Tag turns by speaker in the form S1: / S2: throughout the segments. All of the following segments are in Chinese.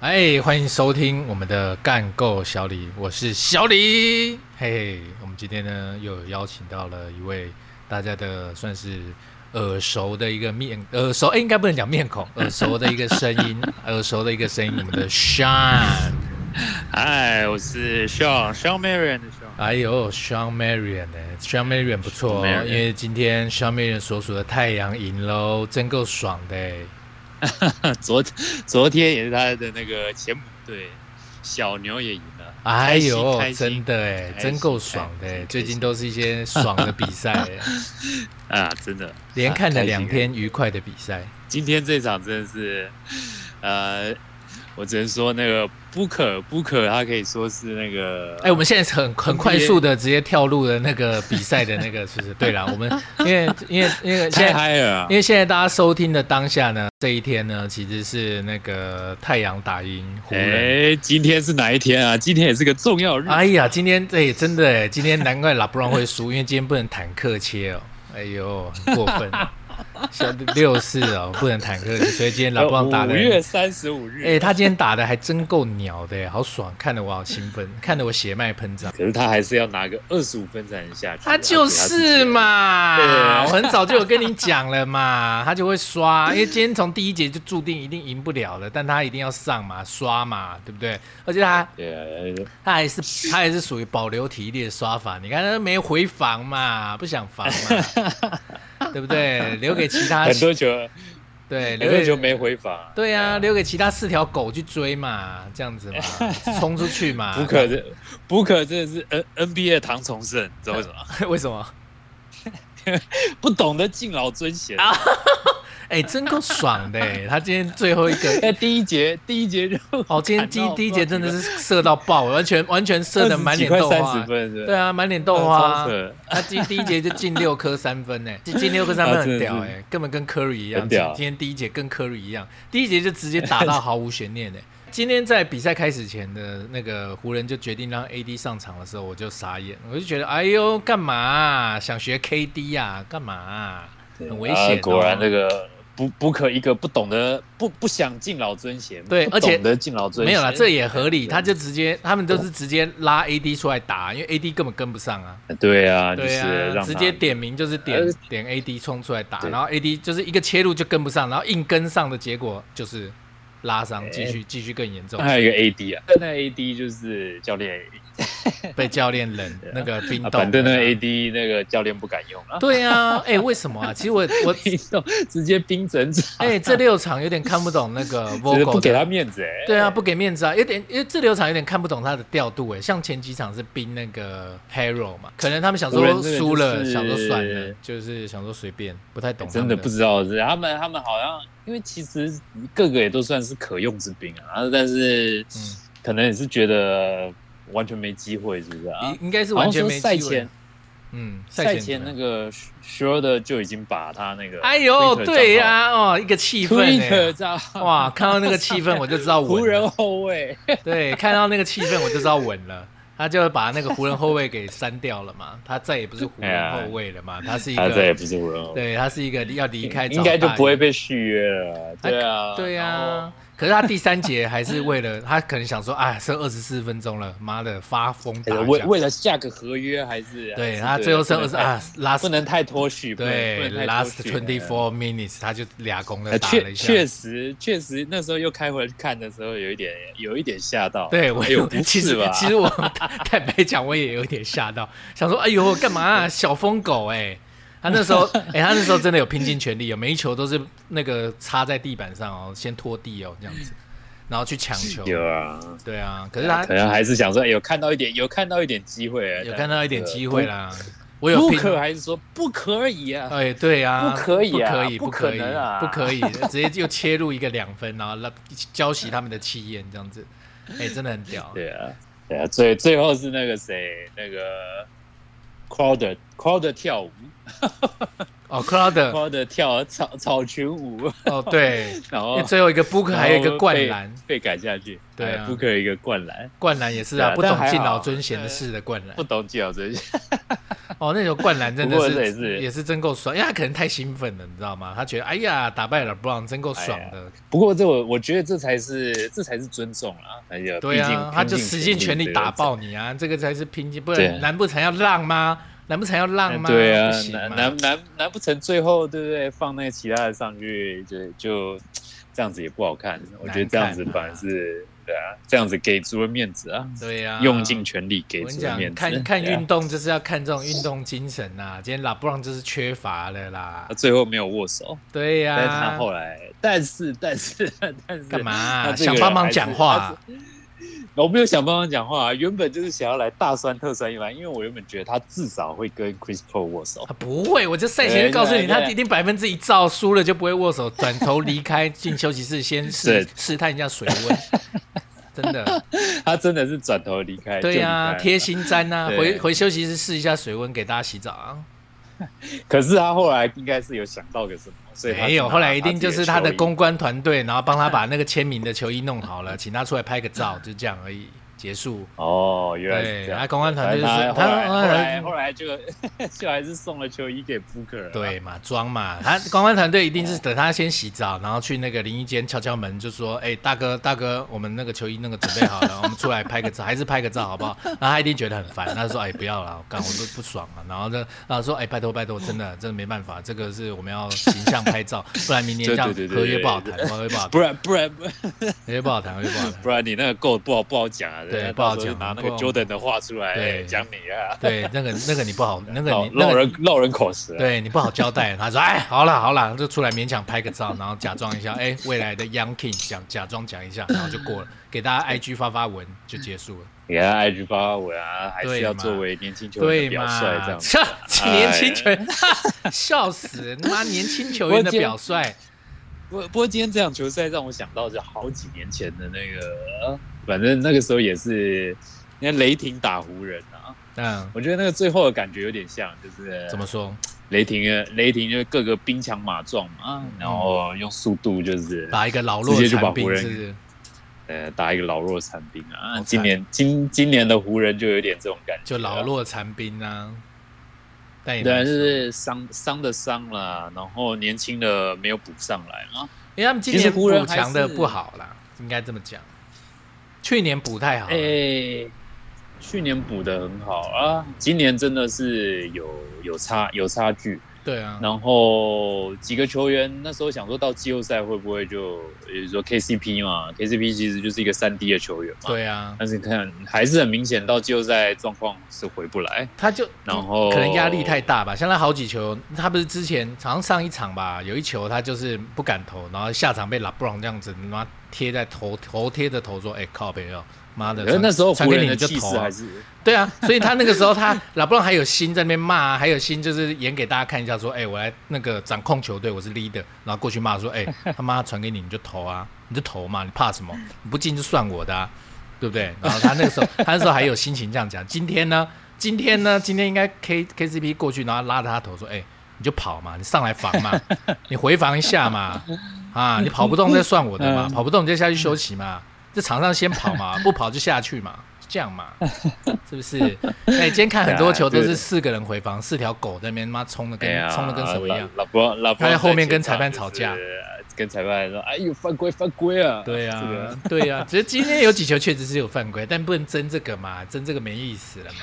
S1: 哎，欢迎收听我们的干够小李，我是小李。嘿，我们今天呢又有邀请到了一位大家的算是耳熟的一个面，耳熟哎应该不能讲面孔，耳熟的一个声 音，耳熟的一个声音，我们的 Sean。
S2: 嗨，哎我是 Sean Sean Marion 的 Sean。
S1: 哎呦，Sean Marion 呢、s e a n Marion 不错哦，
S2: Sean Marion
S1: 因为今天 Sean Marion 所属的太阳赢喽，真够爽的哎。
S2: 昨昨天也是他的那个前母队，小牛也赢了。
S1: 哎呦
S2: 开，心
S1: 真的哎，
S2: 开心
S1: 真够爽的
S2: 开
S1: 哎！
S2: 心
S1: 最近都是一些爽的比赛 哎，
S2: 啊，真的，
S1: 连看了
S2: 啊
S1: 两。天愉快的比赛。
S2: 开心今天这场真的是，呃，我只能说那个 Booker Booker 他可以说是那个，
S1: 哎，我们现在很很
S2: NBA
S1: 快速的直接跳入了那个比赛的那个，是不是？对啦，我 们因为因为因为现
S2: 太
S1: 在
S2: 嗨了啊
S1: 因！为现在大家收听的当下呢，这一天呢其实是那个太阳打赢湖人。
S2: 哎，今天是哪一天啊？今天也是个重要日子。
S1: 哎呀，今天这也真的哎，今天难怪拉布朗会输，因为今天不能坦克切哦。哎呦，很过分哦。像六四哦，不能坦克切，所以今天拉布朗打
S2: 呃
S1: 的
S2: 五月三十五日。
S1: 哎、他今天打的还真够鸟的哎耶，好爽，看得我好兴奋，看得我血脉喷张。
S2: 可是他还是要拿个二十五分才能下去。
S1: 他就是嘛，
S2: 对
S1: 我很早就有跟你讲了嘛， 他就会刷，因为今天从第一节就注定一定赢不了了，但他一定要上嘛，刷嘛，对不对？而且他
S2: 对啊，
S1: 他还是他还是属于保留体力的刷法，你看他没回防嘛，不想防 嘛，对不对？留给其他哎
S2: 很多球，
S1: 对
S2: 很
S1: 留
S2: 多球
S1: 给
S2: 没回防。
S1: 对啊，留给其他四条狗去追嘛，这样 子嘛，冲出去嘛。
S2: 补啊可这补可真的是 N NBA 的唐崇盛，知道为什么 吗？
S1: 为什么？
S2: 不懂得敬老尊贤。
S1: 哎、真够爽的、欸！他今天最后一个，
S2: 在第一节，第一 节就
S1: 哦，今天第一第一节真的是射到爆，完全完全射的满脸
S2: 快
S1: 豆
S2: 三
S1: 花
S2: 十。分，是吧
S1: 对啊，满脸豆花啊
S2: 超扯。
S1: 他第第一节就进六颗三分 呢、进进六颗三分
S2: 啊真
S1: 很
S2: 的
S1: 屌哎、
S2: 是
S1: 根本跟 Curry 一样。
S2: 很
S1: 今
S2: 屌
S1: 今天第一节跟 Curry 一样，第一节就直接打到毫无悬念哎、今天在比赛开始前的那个湖人就决定让 AD 上场的时候，我就傻眼，我就觉得哎呦干嘛啊、想学 KD 呀、啊？干嘛啊、很危险哦、
S2: 啊果然这个。补补可一个不懂得不不想敬老尊贤，
S1: 对
S2: 不
S1: 而且
S2: 懂得敬老尊贤
S1: 没有啦，这也合理。
S2: 对啊
S1: 他就直接，他们都是直接拉 AD 出来打，因为 AD 根本跟不上啊。
S2: 对啊，就
S1: 对
S2: 是
S1: 啊，
S2: 让
S1: 直
S2: 他
S1: 接点名就是点
S2: 呃
S1: 点 AD 冲出来打，
S2: 对
S1: 然后 AD 就是一个切入就跟不上，然后硬跟上的结果就是拉伤，
S2: 哎
S1: 继续继续更严重
S2: 那，还有一个 AD 啊，那 AD 就是教练
S1: 被教练 冷那个冰
S2: 啊，
S1: 冻。
S2: 反正那 AD 那个教练不敢用 啊，
S1: 对啊，哎，为什么啊？其实我我
S2: 冰冻 直接冰整场，
S1: 哎这六场有点看不懂那 个
S2: 只是不
S1: Vogel
S2: 给
S1: 的
S2: 他面子哎、
S1: 对啊，不给面子啊，有点因为这流场有点看不懂他的调度哎，像前几场是冰那个 Hero 嘛，可能他们想说
S2: 湖人这个
S1: 输了，
S2: 就是
S1: 想说算了，就是想说随便，不太懂他
S2: 欸真
S1: 们
S2: 的
S1: 的
S2: 不知道是他们，他们好像因为其实各个也都算是可用之兵啊，但是
S1: 嗯
S2: 可能也是觉得完全没机会，是不是啊
S1: 应？应该是
S2: 好
S1: 完
S2: 像
S1: 全
S2: 说
S1: 没
S2: 赛
S1: 机会
S2: 前。
S1: 嗯，赛
S2: 赛
S1: 前
S2: 前
S1: 怎么
S2: 那
S1: 样，
S2: 个 s h r o d 就已经把他那个
S1: 哎呦，对呀，哦，一个气氛
S2: Twitter
S1: 哎，
S2: 账号
S1: 哇，看到那个气氛我就知道
S2: 湖
S1: 稳
S2: 人
S1: 了，
S2: 后卫，
S1: 对，看到那个气氛我就知道稳了。他就把那个湖人后卫给删掉了嘛，他再也不是湖
S2: 哎
S1: 人
S2: 呀
S1: 后卫了嘛，他是一
S2: 他
S1: 个，
S2: 再也不是湖人后卫，
S1: 对，他是一个要离开，
S2: 应该就
S1: 找大
S2: 不会
S1: 联
S2: 被续约了，对啊，
S1: 对呀、
S2: 然后
S1: 可是他第三节还是为了他可能想说，哎，剩二十四分钟了，妈的发疯打
S2: 哎呀
S1: 一
S2: 为
S1: 下
S2: 为了下个合约还是还
S1: 对
S2: 是
S1: 他最后剩
S2: 不
S1: 二
S2: 能
S1: 十
S2: 太
S1: 啊，last
S2: 不能太脱序，不能
S1: 对
S2: 不能太脱
S1: last
S2: 序
S1: twenty four minutes，他就俩攻
S2: 呃
S1: 的打了
S2: 确
S1: 一下。
S2: 确实确实那时候又开回来看的时候有一点有一点吓到，
S1: 对我
S2: 哎呦
S1: 有
S2: 不，
S1: 其
S2: 是
S1: 实
S2: 吧？
S1: 其实我坦白讲，我也有点吓到，想说，哎呦，干嘛啊、小疯狗哎、他那时 候，哎、他那时候真的有拼尽全力，哦有每一球都是那个插在地板上哦，先拖地哦，这样子，然后去抢球。
S2: 有啊，
S1: 对啊，可是他
S2: 可能还是想说哎有看到一点有看到一点机会啊，
S1: 有看到一点机会
S2: 了。
S1: 啦。我有
S2: 不
S1: 拼，
S2: 可还是说不可以啊？
S1: 哎，对啊，
S2: 不可以啊
S1: 不可以，
S2: 不
S1: 可以
S2: 可能啊
S1: 不可以，直接就切入一个两分，然后让浇熄他们的气焰，这样子，哎，真的很屌。
S2: 对啊，对啊，最最后是那个谁，那个 Crowder Crowder 跳舞
S1: 哦，Crowder，
S2: ，Crowder 跳草草裙舞，
S1: 哦，对，
S2: 然
S1: 因
S2: 后
S1: 为最后一个 Book 还有一
S2: 然
S1: 个
S2: 后
S1: 灌
S2: 被
S1: 篮，
S2: 被赶下去，
S1: 对啊嗯
S2: 哎不可以一个灌篮，
S1: 灌篮也是
S2: 对
S1: 啊，
S2: 啊
S1: 不懂
S2: 但还好
S1: 敬老尊贤的事的灌篮
S2: 不，懂技巧真
S1: 哦，那球灌篮真的
S2: 不过
S1: 是
S2: 这也是
S1: 真够爽，因为他可能太兴奋了，你知道吗？他觉得哎呀，打败了 b r o w n 真够爽的，
S2: 不过这我我觉得这才是这才是尊重啦，哎呀，
S1: 对
S2: 毕竟
S1: 啊，他就使尽全力打。爆
S2: 拼
S1: 你啊，这个才是拼劲，不
S2: 对
S1: 然
S2: 啊
S1: 难不成要让吗？难不成要让
S2: 尽
S1: 吗？
S2: 对啊
S1: 不，行
S2: 难
S1: 吗
S2: 难难难不成最后对不对放那其他的上去就就这样子也不好看，我觉得这样子
S1: 难看啊
S2: 反而是对啊，这样子给足了面子啊，
S1: 对呀、
S2: 用尽全力给
S1: 我跟你
S2: 足了
S1: 讲，
S2: 面子。
S1: 看看
S2: 对啊
S1: 运动就是要看这种运动精神呐、今天拉布朗就是缺乏了啦
S2: 他，最后没有握手，
S1: 对呀、
S2: 啊但是他后来，但是 但是但
S1: 啊
S2: 是
S1: 干嘛、啊
S2: 他这个
S1: 想
S2: 人
S1: 帮忙
S2: 还是
S1: 讲话、啊
S2: 我没有想帮他讲话、啊，原本就是想要来大酸特酸一番，因为我原本觉得他至少会跟 Chris Paul 握手
S1: 啊。不会，我就赛前就告诉你，
S2: 哎对对啊
S1: 他
S2: 对
S1: 一定百分之一照输了就不会握手，转头离开进休息室，先试
S2: 是
S1: 试探一下水温。真的，
S2: 他真的是转头离开，
S1: 对呀、
S2: 呀、
S1: 贴。心毡呐、
S2: 对
S1: 回回休息室试一下水温，给大家洗澡啊。
S2: 可是他后来应该是有想到个什么，所以他
S1: 没有，
S2: 去拿
S1: 哎后来一定
S2: 自己
S1: 就是他的
S2: 球衣
S1: 公关团队，然后帮 他把那个签名的球衣弄好了，请他出来拍个照，就这样而已，结束。
S2: 哦，原来是
S1: 对
S2: 这样。
S1: 他公关团队就是
S2: 反正他
S1: 他
S2: 后来
S1: 他
S2: 后来后来就 就还是送了球衣给 Booker 啊。
S1: 对嘛，装嘛，他公关团队一定
S2: 哦
S1: 是等他先洗澡，然后去那个淋浴间敲敲门，就说：“哎、大哥，大哥，我们那个球衣那个准备好 了，我们出来拍个照，还是拍个照好不好？”然后他一定觉得很烦，他说：“哎、不要了，我干，我都不爽了。”然后呢，然后说：“哎、拜托拜托，真的真的没办法，这个是我们要形象拍 照，不然明年这样
S2: 对对对对
S1: 合约不好
S2: 对
S1: 谈，合约不好谈，
S2: 不然不然不然
S1: 合约不好谈，合约不好谈。”
S2: 不然你那个够不好不好讲啊，人家
S1: 不好
S2: 到时候
S1: 讲
S2: 拿那
S1: 不
S2: 个
S1: 好
S2: Jordan 的话出来
S1: 对
S2: 哎讲你啊，
S1: 对，那个那个你不好，那个
S2: 绕
S1: 你那
S2: 绕
S1: 个
S2: 人绕人口舌啊。
S1: 对你不好交代。他说：“哎，好了好了，就出来勉强拍个照，然后假装一下，哎，未来的 Young King 讲假装讲一下，然后就过了， 给大家 IG 发发文就结束了。
S2: 给他 IG 发文啊，还是要作为年轻球员
S1: 对
S2: 的表
S1: 嘛
S2: 率 这？样子。
S1: 这这年轻球员，哈笑死！妈，年轻球员的表率，
S2: 不不过今天这场球赛让我想到，就好几年前的那个，反正那个时候也是，你看雷霆打湖人啊，
S1: 嗯，
S2: 我觉得那个最后的感觉有点像，就是
S1: 怎么说？
S2: 雷霆的雷霆就各个兵强马壮嘛，然后用速度就是
S1: 嗯打一个老弱
S2: 直接就把
S1: 残兵
S2: 湖人
S1: 是不是？
S2: 呃打一个老弱残兵啊。
S1: 惨
S2: 今年今今年的湖人就有点这种感觉，啊
S1: 就老弱残兵啊。但也
S2: 对啊，
S1: 蛮
S2: 就
S1: 爽
S2: 是伤伤的伤啦，然后年轻的没有补上来啊。
S1: 因为他们今
S2: 其实
S1: 年
S2: 湖
S1: 补
S2: 人还
S1: 强的
S2: 是
S1: 不好啦，应该这么讲。 去年补太好了，
S2: 诶，哎去年补的很好啊，今年真的是有有差有差距。
S1: 对啊，
S2: 然后几个球员那时候想说到季后赛会不会就，比如说 KCP 嘛，KCP 其实就是一个三 D 的球员嘛。。
S1: 对啊，
S2: 但是你看，还是很明显到季后赛状况是回不来。
S1: 他就
S2: 然后
S1: 可能压力太大吧。像他好几球，他不是之前好像上一场吧，有一球他就是不敢投，然后下场被拉布朗这样子妈贴在头头贴着头说：“哎、靠北哦，妈的！”
S2: 可是那时候
S1: 传
S2: 湖
S1: 给
S2: 人
S1: 你
S2: 的
S1: 你就
S2: 气
S1: 投
S2: 势
S1: 啊、
S2: 还是
S1: 对啊，所以他那个时候他拉布朗还有心在那边骂、啊，还有心就是演给大家看一下，说：“哎、我来那个掌控球队，我是 leader。”然后过去骂说：“哎、他妈传给你你就投啊，你就投嘛，你怕什么？你不进就算我的、啊，对不对？”然后他那个时候 他那时候还有心情这样讲。今天呢，今天呢，今天应该 K KCP 过去，然后拉着他头说：“哎、你就跑嘛，你上来防嘛，你回防一下嘛，啊，你跑不动再算我的嘛，
S2: 嗯
S1: 跑不动你就下去休息嘛，这场上先跑嘛，不跑就下去嘛，就这样嘛。”是不是？ 哎、今天看很多球都是四个人回防，四条狗在那边妈冲的
S2: 啊哎
S1: 跟
S2: 呀，
S1: 冲的跟什么一样。
S2: 老婆老婆
S1: 他在后面跟裁判吵架，
S2: 跟裁判说：“哎呦，犯规犯规啊！”
S1: 对
S2: 这个
S1: 啊，对啊，只是今天有几球确实是有犯规，但不能争这个嘛，争这个没意思了嘛。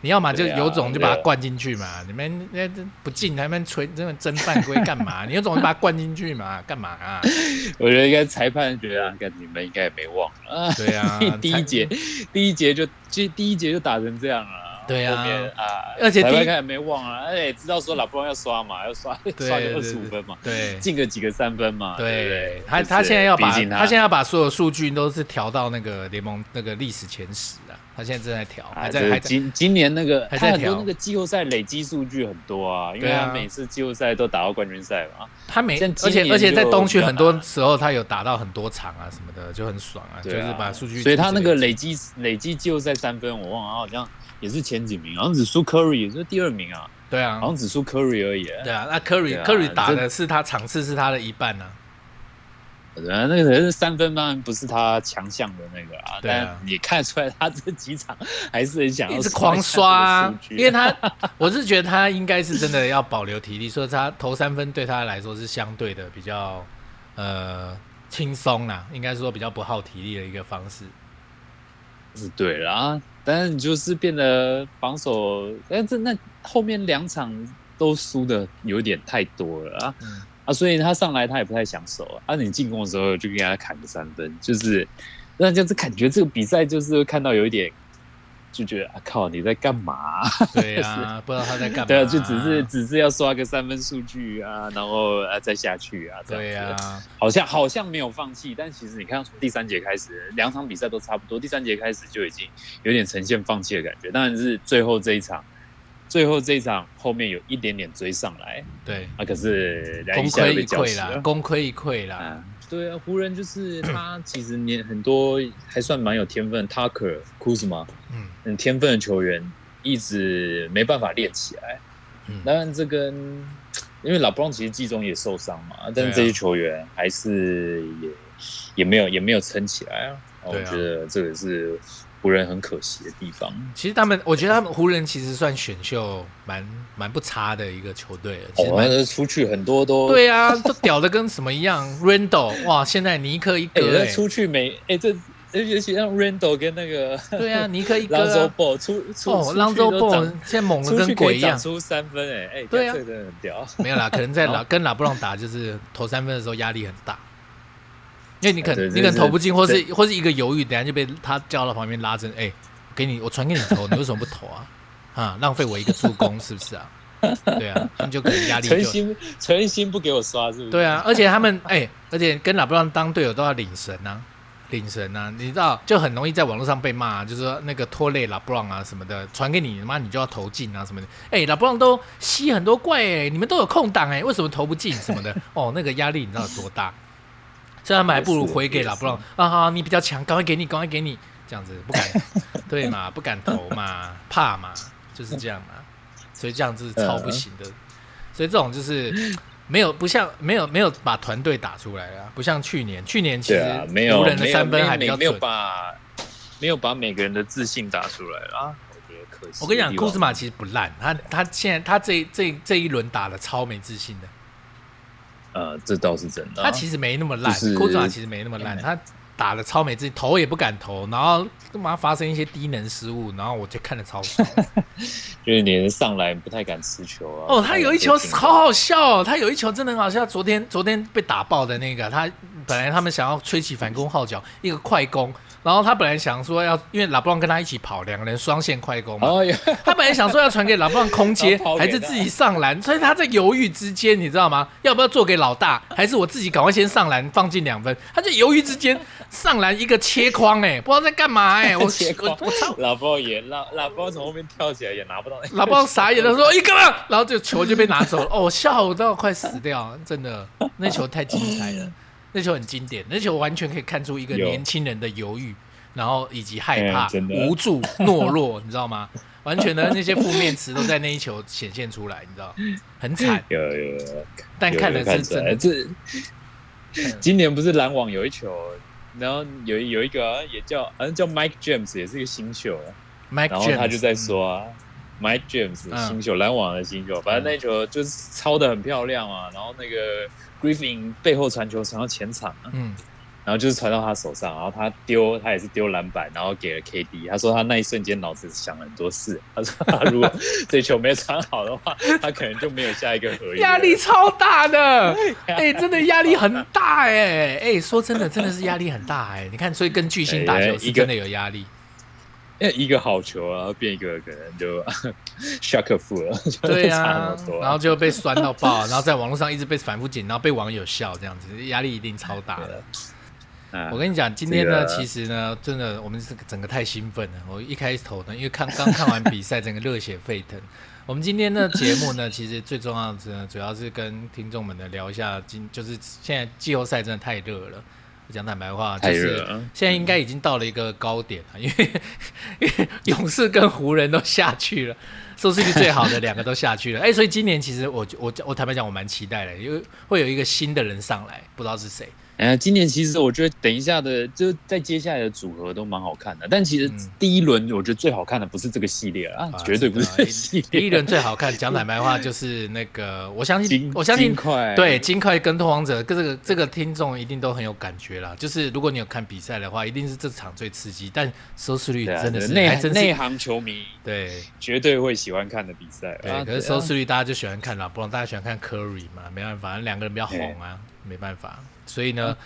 S1: 你要嘛就
S2: 对啊
S1: 有种就把它
S2: 对啊
S1: 灌进去嘛，你们那那不进，他们吹真的争犯规干 嘛？你有种就把它灌进去嘛，干嘛啊？
S2: 我觉得应该裁判觉得，看你们应该也没忘了啊。
S1: 对啊
S2: ，第一节，第一节就这第一节就打成这样了。
S1: 对啊
S2: 后面啊，
S1: 而且第
S2: 裁
S1: 一
S2: 判看也没忘了，而且知道说老布朗要刷嘛，要刷
S1: 对
S2: 刷个二十五分嘛，
S1: 对
S2: 进个几个三分嘛。对
S1: 对
S2: 不对，
S1: 他
S2: 就是
S1: 他现在要把
S2: 毕竟
S1: 他现在要把所有数据都是调到那个联盟那个历史前十啊，他现在正在调，
S2: 啊
S1: 还
S2: 这
S1: 在
S2: 个
S1: 还在
S2: 今今年那个
S1: 还
S2: 他
S1: 在
S2: 很多
S1: 调
S2: 那个季后赛累积数据很多啊，因为
S1: 对啊
S2: 他每次季后赛都打到冠军赛嘛。
S1: 他每
S2: 像
S1: 而
S2: 今
S1: 且
S2: 年
S1: 而且在
S2: 就
S1: 东区
S2: 比较
S1: 很多
S2: 难
S1: 时候他有打到很多场啊什么的，就很爽啊，就
S2: 对
S1: 是
S2: 啊
S1: 把数据。
S2: 所以他那个累积累积季后赛三分，我忘了，好像也是前几名，好像只输 Curry 也是第二名啊，
S1: 对啊
S2: 好，像只输 Curry 而已。
S1: 对啊，那
S2: 对
S1: Curry
S2: 啊
S1: Curry 打
S2: 这
S1: 的是他场次是他的一半呢，
S2: 对啊，那个人三分当然不是他强项的那个啊，
S1: 对啊
S2: 但你看得出来他这几场 还是很想要
S1: 一直狂刷、
S2: 刷一
S1: 啊
S2: 下，这个数据
S1: 因为他， 我是觉得他应该是真的要保留体力，所以他投三分对他来说是相对的比较呃轻松啦，应该说比较不耗体力的一个方 式。
S2: 是对啦，但是你就是变得防守，但是那后面两场都输的有点太多了啊、
S1: 嗯
S2: 啊，所以他上来他也不太想守啊，啊你进攻的时候就给他砍个三分，就是那就是感觉这个比赛就是会看到有一点就觉得啊靠你在干嘛啊、
S1: 对啊，不知道他在干嘛、
S2: 对啊，就只是只是要刷个三分数据啊，然后啊再下去啊，这样子
S1: 对啊，
S2: 好像好像没有放弃，但其实你看从第三节开始，两场比赛都差不多，第三节开始就已经有点呈现放弃的感觉。当然是最后这一场，最后这一场后面有一点点追上来
S1: 对，
S2: 啊，可是来一
S1: 功
S2: 下
S1: 亏
S2: 就被
S1: 嗯一
S2: 绞
S1: 篑
S2: 死
S1: 啦，
S2: 了。
S1: 功亏一篑啦。
S2: 啊，对啊，湖人就是他其实年很多还算蛮有天分，Tucker、Kuzma，
S1: 嗯
S2: 嗯，天分的球员一直没办法练起来。
S1: 嗯，
S2: 当然，这跟因为老布朗其实季中也受伤嘛，但
S1: 对
S2: 是
S1: 啊
S2: 这些球员还是也也没有也没有撑起来啊。我
S1: 对啊
S2: 觉得这个是湖人很可惜的地方。
S1: 其实他们，我觉得他们湖人其实算选秀蛮蛮不差的一个球队了，其实
S2: 哦，
S1: 蛮。
S2: 那出去很多都
S1: 对啊，都屌的跟什么一样。Randall，哇，现在尼克一
S2: 哎，
S1: 哥、
S2: 那
S1: 欸，
S2: 出去每哎这。尤其像 Randall 跟那个
S1: 对啊，尼克一哥、
S2: Lonzo
S1: 啊，
S2: Ball 出出
S1: 哦
S2: 出去
S1: ，Lonzo
S2: 都
S1: Ball
S2: 长
S1: 现在猛的
S2: 出去
S1: 跟
S2: 可以
S1: 鬼一
S2: 长
S1: 样，
S2: 出三分哎哎，
S1: 对啊
S2: 这个真的很屌。
S1: 没有啦，可能在
S2: 然
S1: 拉
S2: 后
S1: 跟拉布朗打，就是投三分的时候压力很大，因为你可
S2: 哎对
S1: 能
S2: 这
S1: 你可能
S2: 是
S1: 投不进，或是或是一个犹豫，等下就被他叫到旁边拉着，哎、给你我传给你投，你为什么不投啊？啊，浪费我一个助攻是不是啊？对啊，他们就可能压力
S2: 存
S1: 就
S2: 心存心不给我刷是不是？
S1: 对啊，而且他们 哎、而且跟拉布朗当队友都要领神啊，领神啊，你知道就很容易在网络上被骂、啊，就是说那个拖累拉布朗啊什么的，传给你妈你就要投进啊什么的，哎、拉布朗都吸很多怪哎、你们都有空档哎、为什么投不进什么的？哦，那个压力你知道有多大？所以他们还不如回给拉布朗啊，好你比较强，赶快给你，赶快给你，这样子不敢， 对嘛，不敢投嘛，怕嘛，就是这样嘛，所以这样子是超不行的。所以这种就是没有不像没有没有把团队打出来啊，不像去年，去年其
S2: 对
S1: 实
S2: 啊，没有
S1: 湖人的
S2: 没有
S1: 三
S2: 没
S1: 分
S2: 有
S1: 还比较
S2: 没有
S1: 准。
S2: 把没有把每个人的自信打出来啦，我觉得可惜。
S1: 我跟你讲，库兹马其实不烂，他他现在他这这这一轮打的超没自信的，
S2: 呃，这倒是真的
S1: 他
S2: 啊。
S1: 其实没那么烂
S2: 就是，
S1: 库兹马其实没那么烂，
S2: 嗯
S1: 他打的超没自信，投也不敢投，然后干嘛发生一些低能失误，然后我就看 得超爽。
S2: 就是连上来不太敢持球啊。
S1: 哦，他有一球好
S2: 好，
S1: 好笑哦，他有一球真的很好笑。昨天昨天被打爆的那个，他本来他们想要吹起反攻号角，一个快攻，然后他本来想说要，因为拉布朗跟他一起跑，两个人双线快攻嘛，
S2: 哦，有
S1: 他本来想说啊 要传给老棒空接
S2: 然后跑，给
S1: 还
S2: 他
S1: 是自己上篮，所以他在犹豫之间，你知道吗？要不要做给老大，还是我自己赶快先上篮放进两分？他在犹豫之间，上篮一个 切框、哎，不知道在干嘛、哎， 我
S2: 切
S1: 我
S2: 框
S1: 我操！
S2: 老包也老老包从后面跳起来也拿不到。
S1: 老棒傻眼了，说：“哎、干嘛？”然后就球就被拿走了。 哦，吓我到快死掉，真的，那球太精彩了， 那球很经典，那球完全可以看出一个
S2: 有
S1: 年轻人的犹豫，然后以及害怕、
S2: 嗯真的
S1: 无助、懦弱，你知道吗？ 完全的那些负面词都在那一球显现出来，你知道，很 惨，
S2: 有有有，
S1: 但
S2: 有
S1: 看
S2: 有
S1: 的是
S2: 看出
S1: 真
S2: 来。
S1: 的。
S2: 这今年不是篮网有一球，然后有有一个啊也叫好像叫 Mike James，也是一个新秀啊。
S1: Mike
S2: 然后他
S1: James
S2: 就在说啊、m i k e James
S1: 嗯
S2: 新秀，篮网的新秀，反正那球就是抄的很漂亮啊。然后那个 Griffin 背后传球传到前场啊，
S1: 嗯，
S2: 然后就是传到他手上，然后他丢，他也是丢篮板，然后给了 KD。他说他那一瞬间脑子想了很多事，他说他 如果这球没传好的话，他可能就没有下一个合约。
S1: 压力超大 的，哎、真的压力很大、哎，哎，说真的，真的是压力很大、哎，你看，所以跟巨星打
S2: 哎
S1: 球
S2: 哎
S1: 是
S2: 一个
S1: 真的有压力。
S2: 因为一个好球啊，然后变一个可能就 下克夫了，就是
S1: 对
S2: 差
S1: 啊
S2: 那么多、，
S1: 然后就被酸到爆，然后在网络上一直被反复剪，然后被网友笑，这样子压力一定超大的。
S2: 啊
S1: 我跟你讲，今天呢，
S2: 这个
S1: 其实呢，真的我们是整个太兴奋了。我一开头呢，因为看刚看完比赛，整个热血沸腾。 我们今天的节目 呢，其实最重要的呢，主要是跟听众们呢聊一下，今就是现在季后赛真的太热了。我讲坦白话，就
S2: 太
S1: 是
S2: 热了
S1: 现在应该已经到了一个高点了，因为 因为勇士跟湖人都下去了，收视率最好的两个都下 去了。哎、所以今年其实我我我坦白讲，我蛮期待的，因为会有一个新的人上来，不知道是谁。
S2: 哎，今年其实我觉得等一下的，就是在接下来的组合都蛮好看的。但其实
S1: 嗯
S2: 第一轮我觉得最好看的不是这个系列啊，
S1: 啊
S2: 绝对不是
S1: 真
S2: 这
S1: 的
S2: 个系
S1: 第
S2: 列。
S1: 一轮最好看，讲坦白话就是那 个，我相信
S2: 金，，
S1: 我相信
S2: 金，块啊
S1: 对金块跟拓荒者，这个这个听众一定都很有感觉啦。就是如果你有看比赛的话，一定是这场最刺激，但收视率
S2: 对啊
S1: 真的是
S2: 内
S1: 还
S2: 行
S1: 真
S2: 内
S1: 是
S2: 行球迷
S1: 对
S2: 绝对会喜欢看的比赛。
S1: 对，
S2: 啊
S1: 可是
S2: 对啊
S1: 收视率大家就喜欢看啦，不然大家喜欢看 Curry 嘛，没办法，两个人比较红啊，没办法。所以
S2: 啊
S1: 呢，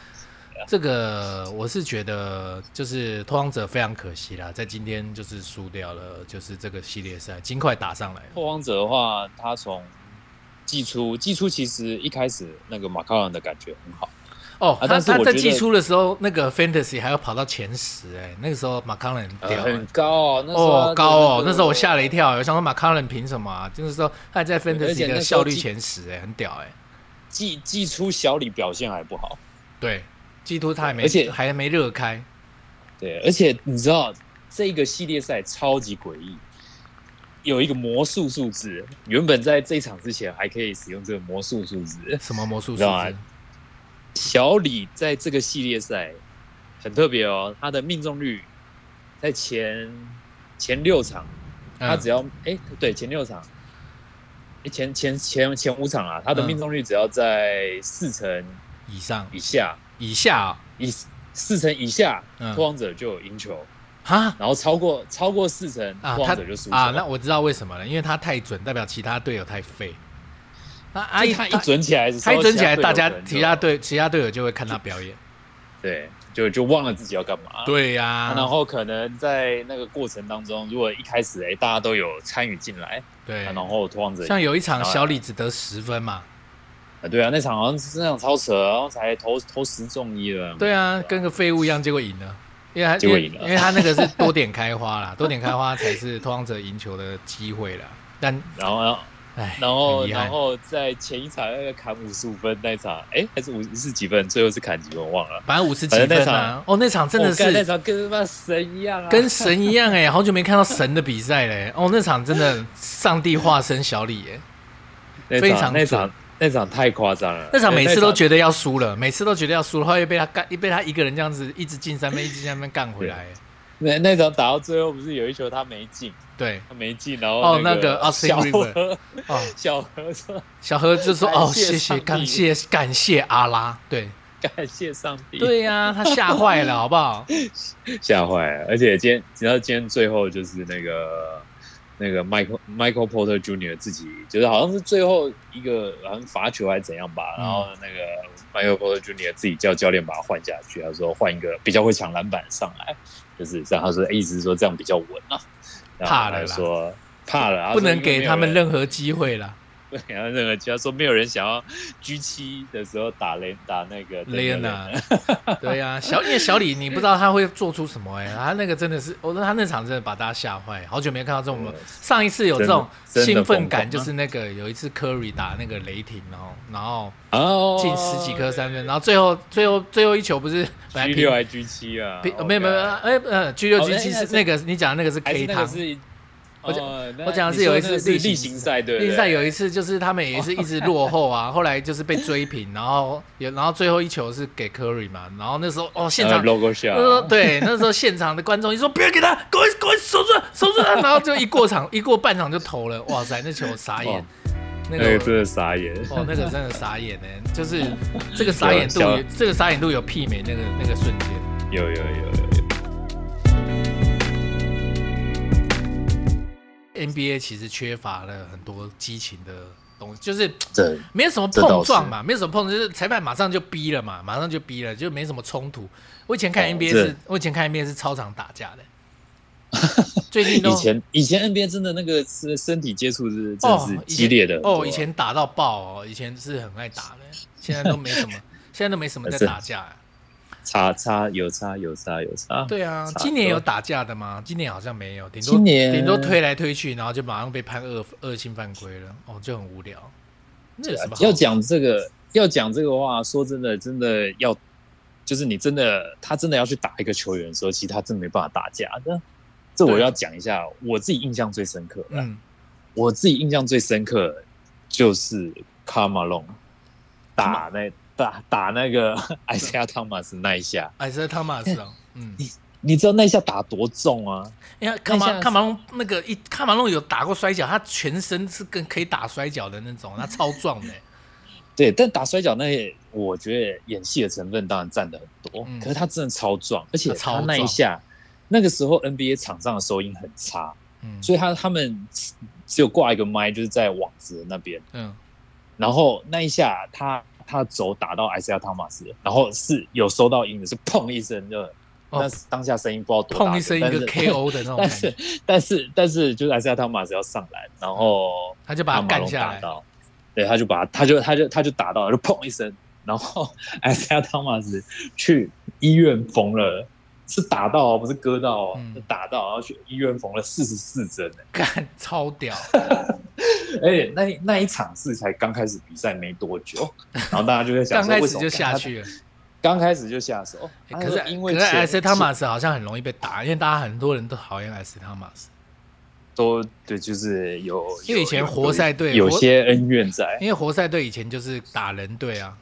S1: 这个我是觉得就是拓荒者非常可惜啦，在今天就是输掉了，就是这个系列赛，金块打上来了，
S2: 拓荒者的话，他从季初季初其实一开始那个马卡朗的感觉很好，
S1: 哦，
S2: 啊
S1: 他
S2: 但是
S1: 他
S2: 我
S1: 在
S2: 觉得
S1: 季初的时候，那个 Fantasy 还要跑到前十哎、那个时候马康人很
S2: 呃
S1: 屌、欸
S2: 很高哦，那时候他
S1: 哦
S2: 的，
S1: 高哦
S2: 个！
S1: 那时候我吓了一跳，我想说马康人凭什么啊？就是说他还在
S2: 而
S1: Fantasy
S2: 且那
S1: 的
S2: 时候
S1: 效率
S2: 季
S1: 前十哎、很屌哎、
S2: 季季初小李表现还不好，
S1: 对，季初他还没，
S2: 而且
S1: 还没热开，
S2: 对，而且你知道这个系列赛超级诡异，有一个魔术数字，原本在这一场之前还可以使用这个魔术数字。
S1: 什么魔术
S2: 你
S1: 师
S2: 知？道吗小李在这个系列赛很特别哦，他的命中率在前前六场，他只
S1: 要
S2: 要哎、对前六场，诶前前前前五场啊，他的
S1: 嗯
S2: 命中率只要在四成
S1: 以上
S2: 以下，
S1: 以下啊
S2: 以四成以下，
S1: 嗯
S2: 拓荒者就有赢球。
S1: 哈
S2: 然后超过超过四成，
S1: 啊，
S2: 拓
S1: 他
S2: 荒者就输球
S1: 啊，那我知道为什么了，因为他太准，代表其他队友太废。那阿
S2: 就
S1: 姨
S2: 他一准起来的时
S1: 他
S2: 候，
S1: 一准起来，
S2: 队友
S1: 大家
S2: 可能就
S1: 其他队其他队友就会看他表演。
S2: 对就就忘了自己要干嘛。
S1: 对呀、
S2: 啊然后可能在那个过程当中，如果一开始哎大家都有参与进来，
S1: 对，
S2: 啊然后拓荒者
S1: 像有一场
S2: 然后
S1: 小李只得十分嘛，
S2: 啊对啊，那场好像是那场超扯，然后才投投十中一了。
S1: 对啊，跟个废物一样，结果赢了，因为他
S2: 结果赢了
S1: 因为因为他那个是多点开花啦，多 点开花才是拓荒者赢球的机会啦。但
S2: 然后然后
S1: 唉，
S2: 然后
S1: 很遗憾
S2: 然后在前一场那个砍五十五分那一场，哎还是五十几分，最后是砍几分我忘了。
S1: 反正五十
S2: 反
S1: 几
S2: 正那
S1: 分啊
S2: 场，
S1: 哦，那场真的
S2: 哦干那
S1: 是
S2: 场跟他妈神一样啊，
S1: 跟神一样哎、好久没看到神的比赛嘞、哦，那场真的上帝化身小李欸耶、
S2: 那
S1: 非
S2: 场
S1: 常
S2: 那
S1: 准
S2: 场那场太夸张了，
S1: 那场每次
S2: 觉
S1: 都
S2: 得。
S1: 觉得要输了，每次都觉得要输了，后来又被他干，又被他一个人这样子一直进三分，一直进三分干回来、欸。
S2: 那那场打到最后，不是有一球他没进，
S1: 对，
S2: 他没进，然后
S1: 哦
S2: 那
S1: 那个 Austin
S2: 小
S1: Rivers
S2: 何
S1: 哦，
S2: 小何说
S1: 小何就说：“哦，
S2: 感谢
S1: 谢谢，
S2: 上帝
S1: 感谢感谢阿拉。”对，
S2: 感谢上帝，
S1: 对呀、他吓坏 了，好不好？
S2: 吓坏了。而且今天，直到今天最后就是那个那个 Michael Michael Porter Jr. 自己就是好像是最后一个好像罚球还是怎样吧，
S1: 嗯
S2: 然后那个 Michael Porter Jr. 自己叫教练把他换下去，他说换一个比较会抢篮板上来，就是这样。他说哎意思是说这样比较稳啊，然后
S1: 怕了啦
S2: 他说怕了，他
S1: 不
S2: 说
S1: 能
S2: 因为没
S1: 给
S2: 有
S1: 他们
S2: 人
S1: 任何机会啦。
S2: 对，然后那个他说没有人想要 G 七的时候打雷打那个
S1: 雷恩
S2: Damian
S1: 啊，对呀、小因为小李，你不知道他会做出什么哎、他那个真的是，我说他那场真的把大家吓坏，好久没看到这种
S2: 嗯。
S1: 上一次有这种
S2: 真的
S1: 兴奋感，
S2: 真的疯狂啊
S1: 就是那个有一次 Curry 打那个雷霆哦，然后
S2: 哦，
S1: 进十几颗三分，然后最后最后最后一球不是本来
S2: G
S1: 平
S2: 六还 G 七啊？
S1: 平
S2: OK
S1: 没有没有没有哎呃 G 六
S2: 哦
S1: G
S2: 那
S1: 七
S2: 那
S1: 是
S2: 是
S1: 那个你讲的那个是
S2: 还
S1: K
S2: 是那
S1: 汤
S2: 个。是
S1: 我讲
S2: 哦那
S1: 我讲的是
S2: 你说
S1: 有一
S2: 那
S1: 次
S2: 个是
S1: 例行
S2: 例行赛，对不对
S1: 例赛有一次就是他们也是一直落后啊， 后来就是被追平，然后也然后最后一球是给 Curry 嘛，然后那时候哦现场
S2: 呃 logo
S1: 那时候
S2: shot，
S1: 对，那时候现场的观众一说不要给他，给我给我守住他，守住他，然后就一过场 一过半场就投了，哇塞，那球傻眼
S2: 哦，
S1: 那
S2: 那个
S1: 个
S2: 真的傻眼。
S1: 哦那个真的傻眼呢， 就是这个傻眼度
S2: 小
S1: 有，这个傻眼度有媲美那个那个瞬间。
S2: 有有有有
S1: NBA 其实缺乏了很多激情的东西，就是
S2: 有，
S1: 没有什么碰撞嘛，没有什么碰撞，就是裁判马上就逼了嘛，马上就逼了，就没什么冲突。我以前看
S2: 哦
S1: NBA
S2: 这
S1: 是，我以前看 NBA 是操场打架 的，最近都
S2: 以前以前 NBA 真的那个是身体接触是真的
S1: 哦
S2: 是
S1: 以前
S2: 激烈的啊
S1: 哦，以前打到爆哦，以前是很爱打的，现在都没 什么，现在都没什么在
S2: 是
S1: 打架、啊。
S2: 差差有差有差有差，
S1: 对啊，
S2: 差不多
S1: 今年有打架的吗？今年好像没有，顶多
S2: 今年
S1: 顶多推来推去，然后就马上被判恶恶性犯规了，哦，就很无聊。那有什么好
S2: 啊要讲这个，要讲这个话，说真的，真的要，就是你真的，他真的要去打一个球员的时候，其实他真没办法打架的。这我
S1: 对
S2: 要讲一下，我自己印象最深刻的，
S1: 嗯，
S2: 我自己印象最深刻就是卡马龙打那打打那个 艾斯亚汤马斯那一下，
S1: 艾斯汤马斯啊，嗯，
S2: 你知道那一下打多重啊？
S1: 因为卡
S2: 看一
S1: 马
S2: 下
S1: 卡马龙那个一卡马龙有打过摔跤，他全身是跟可以打摔跤的那种，他超壮 的欸、
S2: 对，但打摔跤那也，我觉得演戏的成分当然占的很多，
S1: 嗯
S2: 可是他真的超壮，而且
S1: 他超
S2: 他那一
S1: 壮
S2: 下，那个时候 NBA 场上的收音很差，
S1: 嗯，
S2: 所以他他们只只有挂一个麦，就是在网子那边，
S1: 嗯，
S2: 然后那一下他他的肘打到艾斯亚汤马斯，然后是有收到音的，是砰一声就，
S1: 哦
S2: 那当下声音不知道多大声，
S1: 碰一声一
S2: 但
S1: 个
S2: 是
S1: KO 的那种
S2: 但
S1: 感
S2: 是
S1: 觉，
S2: 但是但是就是艾斯亚汤马斯要上来，然后。
S1: 他就把他
S2: 马
S1: 干
S2: 龙
S1: 下
S2: 打
S1: 来。
S2: 到，对，他就把他就他就他就打到了，就砰一声，然后 艾斯亚汤马斯去医院缝了，是打到哦不是割到哦，
S1: 嗯
S2: 是打到，然后去医院缝了四十四针呢，
S1: 干超屌，
S2: 而且那一那一场是才刚开始比赛没多久，然后大家就在 想
S1: 刚
S2: 说
S1: 开
S2: 为
S1: 始
S2: 什么
S1: 就下
S2: 他，
S1: 去了。
S2: 刚开始就下手，哦
S1: 欸
S2: 他
S1: 可
S2: 说
S1: 是
S2: 因为
S1: 可是
S2: 前
S1: 艾斯汤马斯好像很容易被打，因为大家很多人都讨厌艾斯汤马斯，
S2: 都对，就是有
S1: 因为以
S2: 有
S1: 前
S2: 有
S1: 活塞队
S2: 有
S1: 活
S2: 些恩怨在，
S1: 因为活塞队以前就是打人队啊，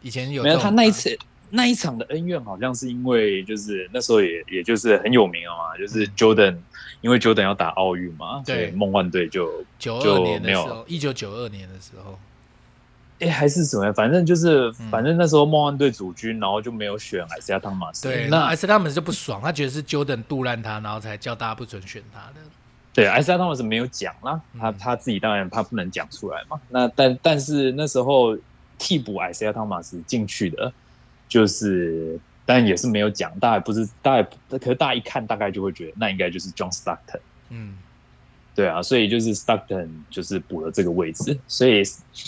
S1: 以前有
S2: 没有
S1: 这种
S2: 他那一
S1: 打
S2: 次那一场的恩怨，好像是因为就是那时候也也就是很有名了嘛，就是
S1: 嗯
S2: Jordan，因为 Jordan 要打奥运嘛，
S1: 对
S2: 所以梦幻队就
S1: 九
S2: 就
S1: 二年的
S2: 没
S1: 时
S2: 有
S1: 候，一九九二年的时候，
S2: 哎、还是什么，反正就是、
S1: 嗯
S2: 反正那时候梦幻队主军，然后就没有选还是亚汤马斯，
S1: 对，那
S2: 那
S1: 艾斯汤马斯就不爽，他觉得是 Jordan 杜烂他，然后才叫大家不准选他的。
S2: 对艾斯亚汤马斯没有讲啦，他
S1: 嗯
S2: 他自己当然他不能讲出来嘛，那但但是那时候替补艾斯亚汤马斯进去的，就是。但也是没有讲，大家不是，大家可是大家一看，大概就会觉得那应该就是 John Stockton。
S1: 嗯，
S2: 对啊，所以就是 Stockton 就是补了这个位置，所以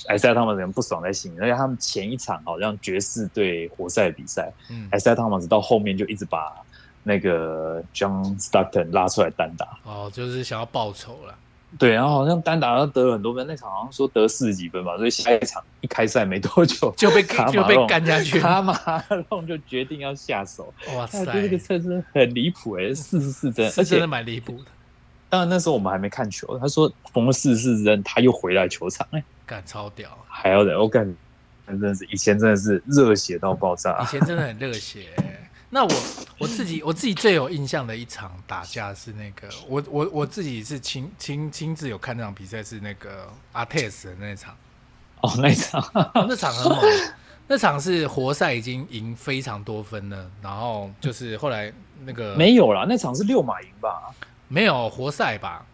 S2: 埃塞汤姆斯很不爽在心里，而且他们前一场好像爵士对活塞比赛，
S1: 嗯
S2: 埃，塞汤姆斯到后面就一直把那个 John Stockton 拉出来单打，
S1: 哦，就是想要报仇 了。
S2: 对，然后好像单打他得了很多分，那场好像说得四十几分吧，所以下一场一开赛没多 久
S1: 就被
S2: 卡马
S1: 就被
S2: 龙
S1: 干下去
S2: 卡马龙就决定要下手，
S1: 哇
S2: 我
S1: 塞
S2: 觉，得这个策真的很离谱哎，四十四针，而
S1: 是真
S2: 且
S1: 的蛮离谱的，
S2: 当然那时候我们还没看球，他说缝了四十四针，他又回来球场哎。
S1: 干超屌。啊
S2: 还要的，我感觉真的是以前真的是热血到爆
S1: 以
S2: 炸。
S1: 前真的很热血欸、那我我自己我自己最有印象的一场打架是那个，我我我自己是亲亲亲自有看那场比赛是那个阿泰斯的那一场，
S2: 哦，那一场，
S1: 哦那场很猛，那场是活塞已经赢非常多分了，然后就是后来那个
S2: 没有啦，那场是六马赢吧？
S1: 没有活塞吧，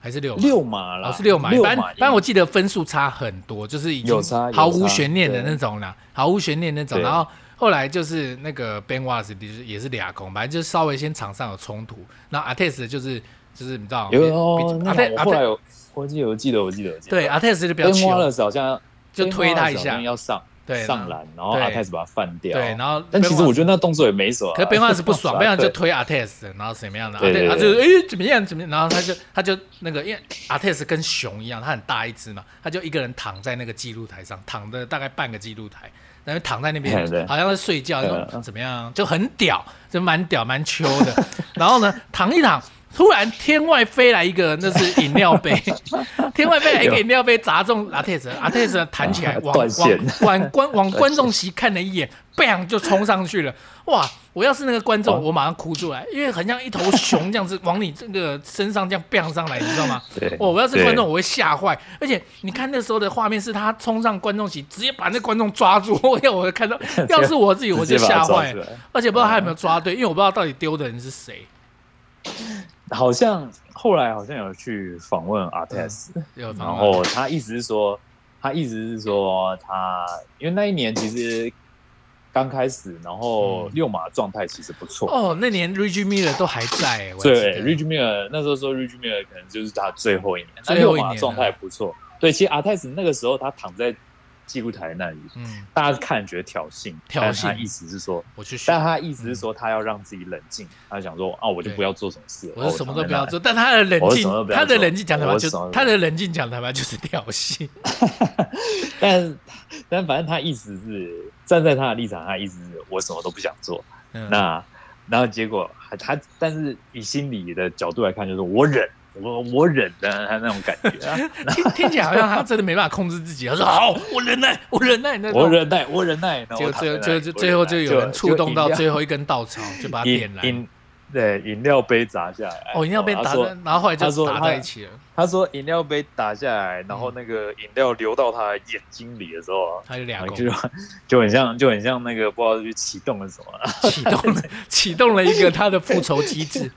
S1: 还是六吧
S2: 六马啦，
S1: 哦是六马，
S2: 六
S1: 反正
S2: 马赢。
S1: 反正我记得分数差很多，就是已
S2: 有
S1: 经
S2: 差有
S1: 毫无
S2: 差
S1: 悬念的
S2: 对
S1: 那种啦，毫无悬念那种。
S2: 对
S1: 然后后来就是那个 Ben Watts 就是也是俩空，反正就是稍微先场上有冲突，然后 Artes 就是就是你知道
S2: 有哦，那场
S1: Artes
S2: 我后来有，我记得，我记得，我记得，我
S1: 啊
S2: 记得。
S1: 对啊 Artes 就比较
S2: 跟花
S1: 球，
S2: 了好像
S1: 就推他一
S2: Ben Wallace
S1: 下
S2: 好像要上
S1: 对
S2: 上篮，然后
S1: 对
S2: 阿泰斯把他翻掉。
S1: 对，然后
S2: 但
S1: Ben
S2: 其实我
S1: Wallace-
S2: 觉得那动作也没什么啊。
S1: 可是 Ben Watts 不爽
S2: 对
S1: ，Ben Watts 就推 Artes，然后怎么样的，
S2: 对对
S1: Artes 他
S2: 对
S1: 就哎怎么样怎么样，然后他就他就那个因为 Artes 跟熊一样，他很大一只嘛，他就一个人躺在那个记录台上，躺的大概半个记录台，然后躺在那边
S2: 对 对
S1: 好像在睡觉，
S2: 嗯
S1: 说怎么样就很屌，就蛮屌蛮秋的。然后呢，躺一躺。突然，天外飞来一个，那是饮料 杯。天外飞来一个饮料杯，砸中阿泰斯，阿泰斯弹起来，往
S2: 断
S1: 往
S2: 线
S1: 往观往观众席看了一眼，bang 就冲上去了。哇！我要是那个观众，
S2: 哦
S1: 我马上哭出来，因为很像一头熊这样子往你这个身上这样 bang 上来，你知道吗？
S2: 对
S1: 哦，我要是观众，
S2: 对
S1: 我会吓坏。而且你看那时候的画面，是他冲上观众席，直接把那观众抓住。 我要我看到，要是我自己，我就
S2: 直接把
S1: 吓
S2: 他抓
S1: 坏
S2: 出
S1: 了
S2: 来。嗯
S1: 而且不知道他有没有抓对，因为我不知道到底丢的人是谁。
S2: 好像后来好像有去访问
S1: 嗯
S2: 阿泰斯，
S1: 有
S2: 然
S1: 防吗
S2: 后他一直是说，他一直是说他，因为那一年其实刚开始，然后
S1: 嗯
S2: 六马状态其实不错。
S1: 哦，那年 Reggie Miller 都还在、欸，我还记
S2: 对
S1: 得
S2: ，Rich Miller 那时候说 Rich Miller 可能就是他最后一年，那
S1: 最后
S2: 六
S1: 一年啊
S2: 马状态不错。对，其实阿泰斯那个时候他躺在记录台那里，
S1: 嗯，
S2: 大家看觉得挑衅，
S1: 挑
S2: 但他
S1: 衅嗯
S2: 意思是说，
S1: 我去选
S2: 但。他意思是说他要让自己冷静，他想说啊，我就
S1: 对
S2: 不要做什么事，哦
S1: 我是什么都不要做，
S2: 做。
S1: 但他的冷
S2: 我是
S1: 静
S2: 什么都，不要
S1: 他的
S2: 做
S1: 冷静讲台湾
S2: 我
S1: 就是
S2: 什么都不
S1: 他的冷静讲台湾就是挑衅。
S2: 但但反正他意思是站在他的立场，他意思是我什么都不想做。
S1: 嗯
S2: 那然后结果还他，但是以心理的角度来看，就是我忍，我我忍的他那种感觉 啊，
S1: 听听起来好像他真的没办法控制自己，他说好，我忍耐，我忍耐，那
S2: 我。忍耐，我忍耐，然
S1: 结
S2: 后
S1: 果最后
S2: 躺在
S1: 最
S2: 那
S1: 后
S2: 里
S1: 就最
S2: 我
S1: 后就有
S2: 忍耐
S1: 人触动到
S2: 就饮料
S1: 最后一根稻草，就把它点燃。
S2: 饮对饮料杯砸下来，
S1: 哦，一定要被
S2: 然后
S1: 打
S2: 他说
S1: 在，然后后来就
S2: 他说
S1: 打
S2: 他
S1: 在一起了，
S2: 他说饮料杯打下
S1: 嗯
S2: 来，然后那个饮料流到他的眼睛里的时候啊，
S1: 他就俩
S2: 然后
S1: 狗
S2: 就 就很像就很像那个不知道去启动了什么啊，
S1: 启动 了，启动了一个他的复仇机制。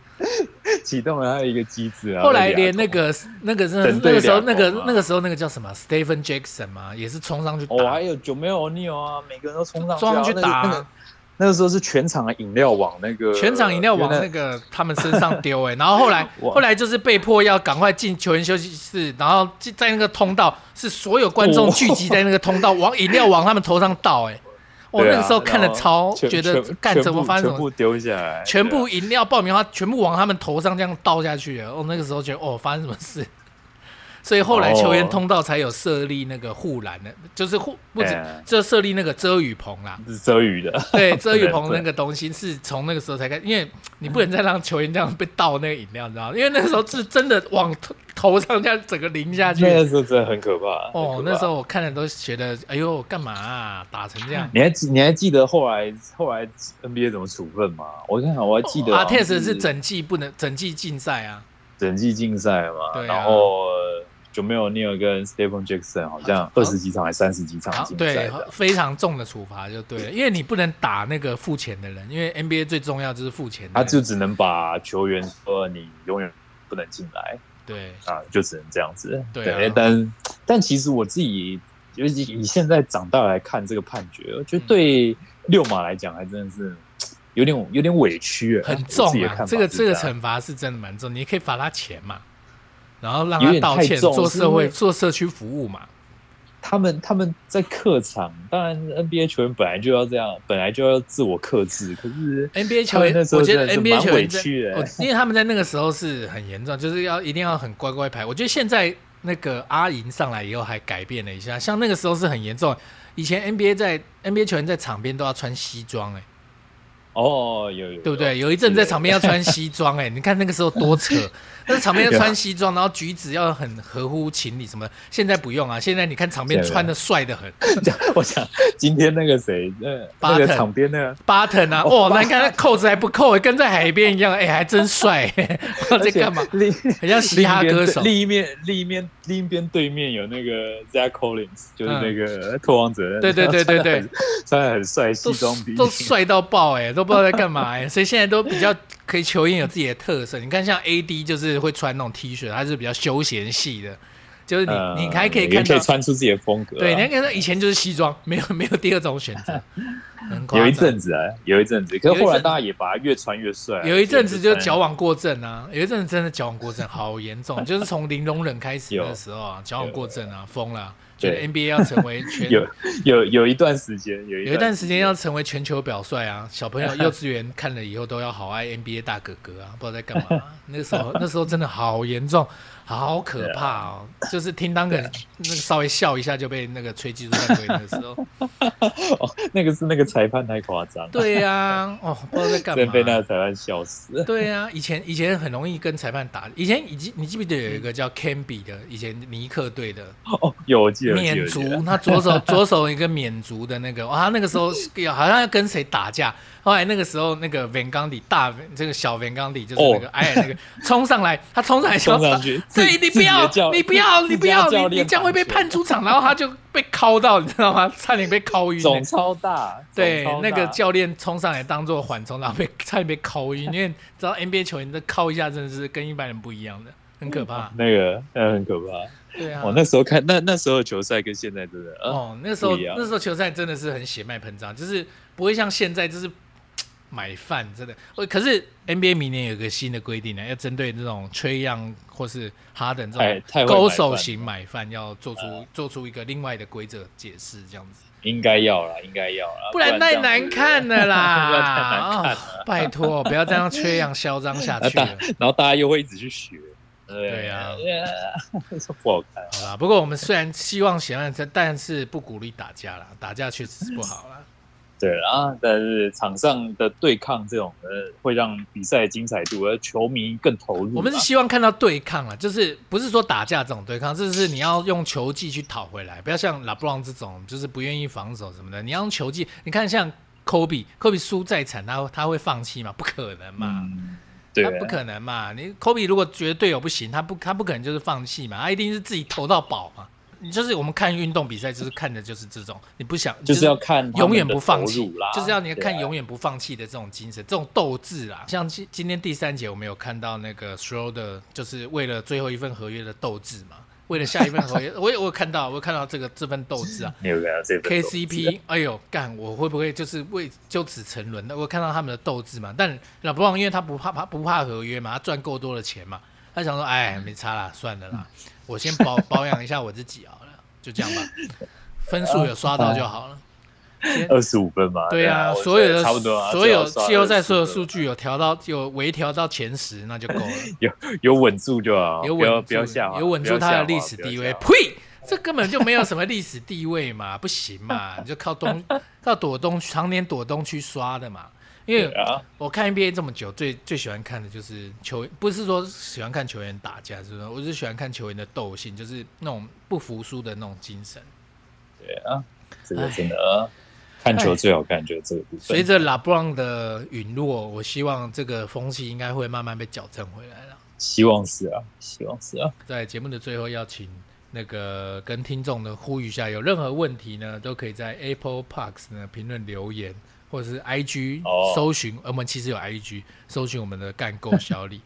S2: 启动了他一个机制啊。
S1: 后来连
S2: 然后
S1: 那
S2: 俩狗
S1: 个那个真的
S2: 整
S1: 那
S2: 队
S1: 个时候那
S2: 俩狗
S1: 个
S2: 啊
S1: 那个时候那个叫什么 Stephen Jackson 嘛，也是冲上去
S2: 哦，
S1: 打
S2: 还，有九妹欧尼尔啊，每个人都冲上去啊
S1: 冲上去
S2: 那个
S1: 打
S2: 那个 那个时候是全场的饮料往那个
S1: 全场饮料往
S2: 因
S1: 那
S2: 为
S1: 个哦他们身上丢哎、欸 然后后来
S2: 哇
S1: 后来就是被迫要赶快进球员休息室，然后进在那个通道是所有观众
S2: 哦
S1: 聚集在那个通道，往饮料往他们头上倒 哎、欸，我、
S2: 对啊
S1: 那个时候看了
S2: 然后
S1: 超
S2: 全
S1: 觉得
S2: 全
S1: 干
S2: 全
S1: 怎么
S2: 部
S1: 发生什
S2: 全
S1: 么
S2: 部，丢下来，
S1: 全
S2: 对啊
S1: 部饮料爆米花全部往他们头上这样倒下去欸，哦那个时候觉得哦发生什么事， 所以后来
S2: 哦
S1: 球员通道才有设立那个护栏的，就是护不止
S2: 哎
S1: 就设立那个遮雨棚啦，
S2: 是遮雨的，
S1: 对，遮雨棚
S2: 不能
S1: 那个东西是从那个时候才开，因为你不能再让球员这样被倒那个饮料，你知道吗？因为那时候是真的往头头上这样整个淋下去。
S2: 那个时候真的很可怕。
S1: 哦，
S2: 很可怕
S1: 那时候我看了都觉得，哎呦，干嘛啊、打成这样？
S2: 你还记你还记得后来后来 NBA 怎么处分吗？我看我还记得啊
S1: 阿
S2: 好像
S1: 特斯哦啊是整季不能整季禁赛啊，
S2: 整季竞赛嘛，
S1: 对啊
S2: 然后呃就没有 Neil 跟 Stephen Jackson 好像二十几场还三十几场
S1: 好
S2: 竞赛
S1: 对
S2: 的，，
S1: 非常重的处罚就对了，因为你不能打那个付钱的人，因为 NBA 最重要就是付钱的
S2: 他
S1: 人。
S2: 就只能把球员说你永远不能进来
S1: 对
S2: 啊，就只能这样子。
S1: 对啊
S2: 但但其实我自己就是以现在长大来看这个判决，我觉
S1: 嗯
S2: 得对六马来讲还真的是有点有点委屈，
S1: 很
S2: 我自
S1: 重
S2: 己的
S1: 啊
S2: 看，法
S1: 这个
S2: 是
S1: 这个
S2: 样
S1: 惩罚是真的蛮重，你可以罚他钱嘛，然后让
S2: 有
S1: 他
S2: 点
S1: 道
S2: 太
S1: 歉，
S2: 重
S1: 做
S2: 是
S1: 社
S2: 因
S1: 会
S2: 为
S1: 做社区服务嘛。
S2: 他们他们在客场，当然 NBA 球员本来就要这样，本来就要自我克制。可是
S1: NBA 球员
S2: 他们那，时候
S1: 我觉得
S2: 真的是
S1: NBA
S2: 蛮
S1: 球员
S2: 委
S1: 在
S2: 屈的
S1: 我因为他们在那个时候是很严重，就是要一定要很乖乖牌。我觉得现在那个阿银上来以后还改变了一下，像那个时候是很严重。以前 NBA 在 NBA 球员在场边都要穿西装，哎，
S2: 哦，有有
S1: 对不？对？有一阵在场边要穿西装，哎，你看那个时候多 扯。但是场边要穿西装，然后举止要很合乎情理什么的。现在不用啊，现在你看场边
S2: 现在
S1: 穿的帅的很。
S2: 有讲我想今天那个谁，那那
S1: Barton
S2: 个场边那个，
S1: button 啊，
S2: 哦
S1: 哦，那你看他扣子还不扣，跟在海边一样，哎，还真帅。 我在
S2: 而且
S1: 干嘛？
S2: 另
S1: 很像嘻哈歌手
S2: 另一边对另一面另一边另一边对面有那个 Zach Collins，就是那个拓荒者。
S1: 嗯对对对对对
S2: 穿得很， 穿的很帅，西
S1: 都
S2: 装笔挺
S1: 都帅到爆哎、都不知道在干嘛哎、所以现在都比较可以球员有自己的特色。你看像 AD 就是会穿那种 T 恤，他是比较休闲系的，就是你、
S2: 呃
S1: 你还可以
S2: 也
S1: 看
S2: 可
S1: 到
S2: 以，穿出自己的风格啊。
S1: 对，你还可以看到以前就是西装，没有没有第二种选 择，很夸张
S2: 有一阵子啊，有一阵子，可
S1: 有一
S2: 是后
S1: 阵
S2: 来
S1: 子
S2: 大家也把它越穿越帅啊。
S1: 有一阵子就
S2: 穿
S1: 矫枉过正啊，有一阵子真的矫枉过正，好严重，就是从零容忍开始
S2: 有
S1: 那时候啊，矫枉过正啊，疯了啊、觉
S2: 对
S1: 得 NBA 要成 为全
S2: 有有有一段时间，有
S1: 有一段时间要成为全球表率啊，小朋 友幼稚园看了以后都要好爱 NBA 大哥哥啊，不知道在干嘛啊、那个时候那时候真的好严重，好可
S2: 啊
S1: 怕哦，就是听当个人那个稍微笑一下就被那个吹技术犯规的时候，
S2: 哦，那个是那个裁判太夸张，，
S1: 对呀、哦，不知道在干
S2: 真的被
S1: 嘛
S2: 那
S1: 啊、
S2: 个裁判笑 死。
S1: 对啊，以前以前很容易跟裁判打，以前以及你记不记得有一个
S2: 嗯
S1: 叫 Camby 的，以前尼克队的
S2: 哦，有我记得，我记得
S1: 缅
S2: 我记
S1: 族
S2: 得，
S1: 他左 手左手一个缅族的那个，哇，他那个时候是好像要跟谁打架，后来那个时候那个 Van g a n d i 大这个小 Van g a n d i 就是那个
S2: 哦
S1: 矮矮那 个冲上来，他冲上来想
S2: 冲
S1: 要打
S2: 上去，自
S1: 对你不
S2: 自己
S1: 要
S2: 的教，
S1: 你不要，
S2: 自
S1: 你不要，
S2: 自家教
S1: 你
S2: 练
S1: 你这样会被
S2: 打球
S1: 判出场，然后他就被敲到，你知道吗？差点被敲晕、欸
S2: 总。超大，
S1: 对
S2: 总超，大
S1: 那个教练冲上来当做缓冲，然后被 差点被敲晕，因为知道 NBA 球员的敲一下真的是跟一般人不一样的，很可怕。
S2: 那个，那个很可怕。
S1: 对啊，
S2: 我嗯哦那时候看那那时候的球赛跟现在真的，啊，
S1: 哦，那时候
S2: 不一样
S1: 那时候球赛真的是很血脉喷张，就是不会像现在就是买饭真的。呃可是 NBA 明年有个新的规定呢，要针对这种吹样或是哈登这
S2: 太
S1: 种
S2: 哎太会买
S1: 勾
S2: 饭
S1: 手
S2: 了
S1: 型买饭，要做出做出一个另外的规则解释，这样子。
S2: 应该要啦，应该要啦，
S1: 不
S2: 不
S1: 然太难看了啦！
S2: 不然太难看了啊
S1: 哦拜托，不要这样缺氧嚣张下
S2: 这
S1: 去
S2: 样
S1: 了
S2: 子。。 然后大然后大家又会一直去学，
S1: 对啊
S2: 对啊， 不好看。
S1: 好
S2: 嗯
S1: 啦，不过我们虽然希望血汗但是不鼓励打架啦，打架确实是不好啦。
S2: 对啊，但是场上的对抗这种呃，会让比赛的精彩度而球迷更投入啊。
S1: 我们是希望看到对抗啊，就是不是说打架这种对抗，就是你要用球技去讨回来，不要像拉布朗这种就是不愿意防守什么的，你要用球技。你看像科比，科比输再惨，他他会放弃吗？不可能嘛。
S2: 嗯，对
S1: 他
S2: 啊，
S1: 不可能嘛！你科比如果觉得队友不行，他不他不可能就是放弃嘛，他一定是自己投到饱嘛。你就是我们看运动比赛，就是看的就是这种，你不想
S2: 就是要看他们的
S1: 永远不放弃
S2: 投入啦，
S1: 就是要你看
S2: 对啊
S1: 永远不放弃的这种精神，这种斗志啦。像今今天第三节，我们有看到那个 Schroeder，就是为了最后一份合约的斗志嘛，为了下一份合 约，我也我有看到，我有看到这个这份斗志啊。
S2: 你有没有这份斗志
S1: KCP，哎呦，干我会不会就是为就此沉沦？那我看到他们的斗志嘛，但老布朗因为他不怕怕不怕合约嘛，他赚够多的钱嘛，他想说，哎，
S2: 嗯
S1: 没差啦，算了啦，我先 保保养一下我自己好了，就这样吧，分数有刷到就好了。
S2: 二十五分嘛？
S1: 对啊，
S2: 呃我觉
S1: 所有
S2: 得
S1: 的
S2: 差不多啊，
S1: 所有
S2: 至少刷
S1: 季后赛
S2: 25
S1: 所有
S2: 分
S1: 数据有调到有微调到前十，那就够了。
S2: 有有稳住就好，
S1: 有
S2: 不
S1: 稳
S2: 要
S1: 住，
S2: 不要下滑，
S1: 有稳
S2: 不
S1: 住
S2: 要啊
S1: 他
S2: 下
S1: 的
S2: 滑
S1: 历史地位。
S2: 不要下滑
S1: 呸，这根本就没有什么历史地位嘛，不行嘛，你就靠东 靠躲东常年躲东区刷的嘛。因
S2: 对
S1: 为
S2: 啊，
S1: 我看 NBA 这么久，最最喜欢看的就是球，不是说喜欢看球员打架，是说我是喜欢看球员的斗性，就是那种不服输的那种精神。
S2: 对啊，这
S1: 哎
S2: 个真的啊看球最好看就是这个部
S1: 随
S2: 分。
S1: 着拉布朗的陨落，我希望这个风气应该会慢慢被矫正回来了。
S2: 希望是啊，希望是啊。
S1: 在节目的最后，要请那个跟听众呢呼吁一下，有任何问题呢，都可以在 Apple Parks 呢评论留言，或者是 IG
S2: 哦
S1: 搜寻，呃我们其实有 IG 搜寻我们的干够小 李。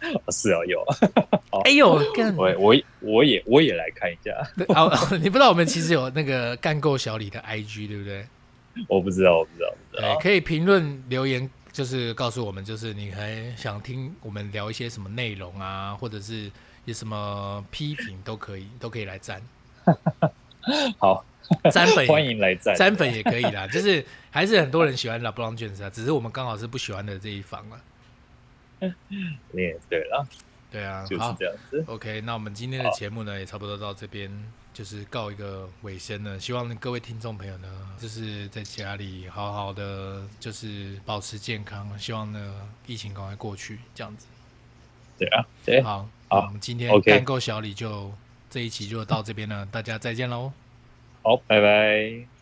S2: 啊是啊，有啊，
S1: 哎呦，干！
S2: 我我我也我也来看一下，
S1: 对啊，哦你不知道我们其实有那个干够小李的 IG，对不对？
S2: 我不知道，我不知道，我不
S1: 对，
S2: 知道。
S1: 可以评论留言，就是告诉我们，就是你还想听我们聊一些什么内容啊，或者是有什么批评都可以，都可以来赞，
S2: 好，
S1: 沾粉也
S2: 欢迎来赞
S1: 沾粉也可以啦，就是还是很多人喜欢 LeBron James 啊，只是我们刚好是不喜欢的这一方啊了。
S2: 也对了，
S1: 对啊，
S2: 就是
S1: 好
S2: 这样子。
S1: ，OK，那我们今天的节目呢，也差不多到这边，就是告一个尾声了。希望各位听众朋友呢，就是在家里好好的，就是保持健康，希望呢疫情赶快过去，这样子。
S2: 对啊，对，
S1: 好，
S2: 好
S1: 那我们今天
S2: OK
S1: 干够小李就这一期就到这边了，大家再见喽。
S2: 好，拜拜。